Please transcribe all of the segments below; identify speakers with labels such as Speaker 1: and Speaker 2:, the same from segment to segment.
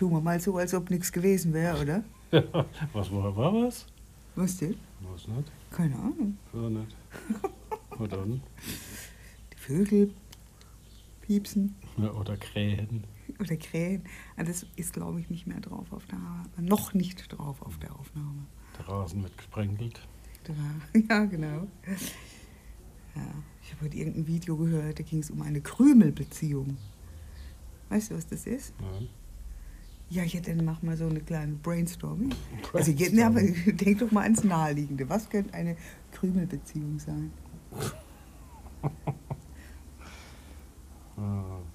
Speaker 1: wir mal so, als ob nichts gewesen wäre, oder?
Speaker 2: was war, war was?
Speaker 1: Was denn?
Speaker 2: Was nicht?
Speaker 1: Keine Ahnung.
Speaker 2: Ja, nicht. Na dann.
Speaker 1: Die Vögel piepsen
Speaker 2: Ja, oder Krähen.
Speaker 1: oder krähen. Ah, das ist, glaube ich, nicht mehr drauf auf der Aufnahme. Noch nicht drauf auf der Aufnahme.
Speaker 2: Der Rasen wird gesprenkelt.
Speaker 1: Da war- Ja, genau. Ja, ich habe heute irgendein Video gehört, da ging es um eine Krümelbeziehung. Weißt du, was das ist?
Speaker 2: Nein.
Speaker 1: Ja, ja, dann machen wir so eine kleine Brainstorming. Also, jetzt, ne, aber, denk doch mal ans Naheliegende. Was könnte eine Krümelbeziehung sein?
Speaker 2: Ah.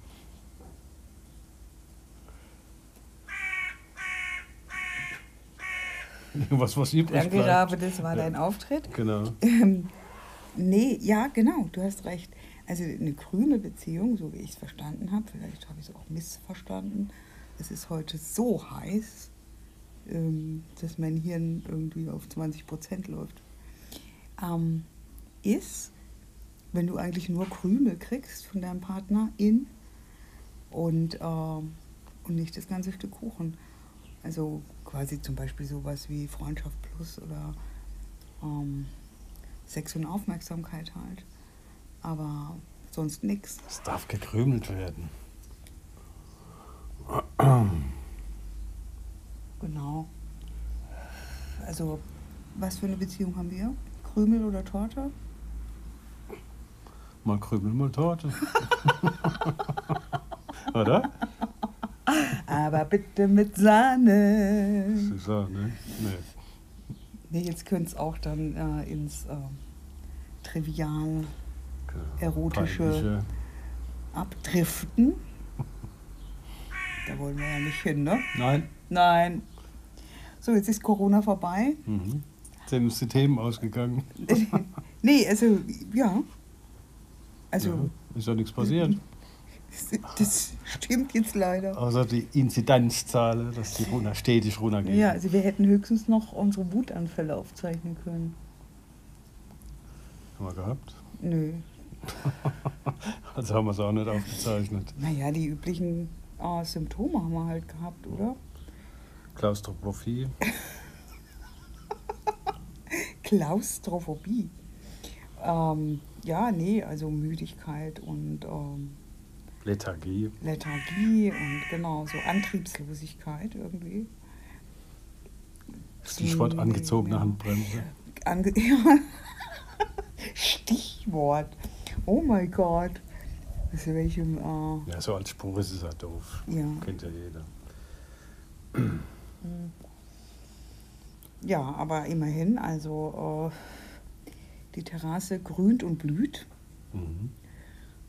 Speaker 2: Was was übrig
Speaker 1: Danke,
Speaker 2: bleibt.
Speaker 1: Rabe, das war
Speaker 2: Ja.
Speaker 1: dein Auftritt.
Speaker 2: Genau.
Speaker 1: Ähm, nee, ja, genau, du hast recht. Also eine Krümelbeziehung, so wie ich es verstanden habe, vielleicht habe ich es auch missverstanden. Es ist heute so heiß, ähm, dass mein Hirn irgendwie auf 20 Prozent läuft. Ähm, ist, wenn du eigentlich nur Krümel kriegst von deinem Partner in und, ähm, und nicht das ganze Stück Kuchen. Also quasi zum Beispiel sowas wie Freundschaft Plus oder ähm, Sex und Aufmerksamkeit halt. Aber sonst nichts.
Speaker 2: Es darf gekrümelt werden.
Speaker 1: Genau. Also, was für eine Beziehung haben wir? Krümel oder Torte?
Speaker 2: Mal Krümel, mal Torte. Oder?
Speaker 1: Aber bitte mit Sahne.
Speaker 2: Susanne, ne? Nee.
Speaker 1: Nee, jetzt könnte es auch dann äh, ins äh, Trivial
Speaker 2: Genau.
Speaker 1: Erotische.
Speaker 2: Peinliche.
Speaker 1: abdriften. Da wollen wir ja nicht hin, ne?
Speaker 2: Nein.
Speaker 1: Nein. So, jetzt ist Corona vorbei.
Speaker 2: Mhm. Dem ist die Themen ausgegangen.
Speaker 1: nee, also, ja. Also, Mhm.
Speaker 2: Ja, ist ja nichts passiert.
Speaker 1: Das stimmt jetzt leider.
Speaker 2: Außer die Inzidenzzahlen, dass die runter, stetig runtergehen.
Speaker 1: Ja, also wir hätten höchstens noch unsere Wutanfälle aufzeichnen können.
Speaker 2: Haben wir gehabt.
Speaker 1: Nö.
Speaker 2: Also haben wir es auch nicht aufgezeichnet.
Speaker 1: Naja, die üblichen äh, Symptome haben wir halt gehabt, oder?
Speaker 2: Klaustrophobie.
Speaker 1: Klaustrophobie. Ähm, ja, nee, also Müdigkeit und ähm,
Speaker 2: Lethargie.
Speaker 1: Lethargie und genau, so Antriebslosigkeit irgendwie.
Speaker 2: Stichwort
Speaker 1: Nee,
Speaker 2: angezogene
Speaker 1: Hm, ja.
Speaker 2: Handbremse.
Speaker 1: Ange ja. Stichwort. Oh mein Gott. Aus welchem. Äh,
Speaker 2: Ja, so als Spruch ist es ja doof.
Speaker 1: Ja.
Speaker 2: Kennt ja jeder.
Speaker 1: Ja, aber immerhin, also äh, die Terrasse grünt und blüht.
Speaker 2: Mhm.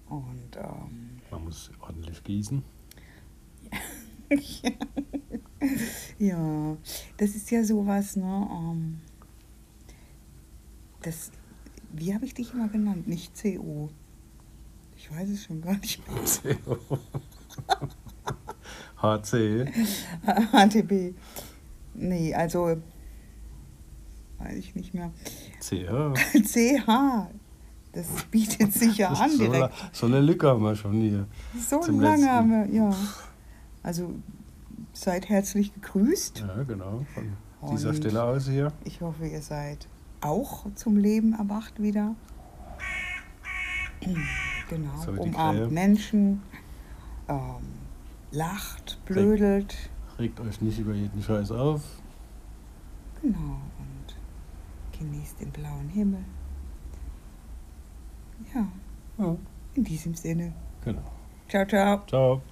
Speaker 1: Und ähm,
Speaker 2: Man muss ordentlich gießen.
Speaker 1: ja, das ist ja sowas, ne? Ähm, das, wie habe ich dich immer genannt? Nicht CO. Ich weiß es schon gar nicht mehr.
Speaker 2: HC.
Speaker 1: HTB. Nee, also weiß ich nicht mehr.
Speaker 2: CH.
Speaker 1: CH. Das bietet sich ja
Speaker 2: Das
Speaker 1: an
Speaker 2: ist so,
Speaker 1: direkt.
Speaker 2: la- so eine Lücke haben wir schon hier.
Speaker 1: So
Speaker 2: Zum
Speaker 1: lange
Speaker 2: letzten.
Speaker 1: haben wir, ja. Also seid herzlich gegrüßt.
Speaker 2: Ja, genau. Von
Speaker 1: Und-
Speaker 2: dieser Stelle aus hier.
Speaker 1: Ich hoffe, ihr seid auch zum Leben erwacht wieder. Genau,
Speaker 2: So wie die Krähe.
Speaker 1: umarmt Menschen, ähm, lacht, blödelt.
Speaker 2: Regt euch nicht über jeden Scheiß auf.
Speaker 1: Genau, und genießt den blauen Himmel. Ja,
Speaker 2: Ja,
Speaker 1: in diesem Sinne.
Speaker 2: genau.
Speaker 1: Ciao, ciao.
Speaker 2: Ciao.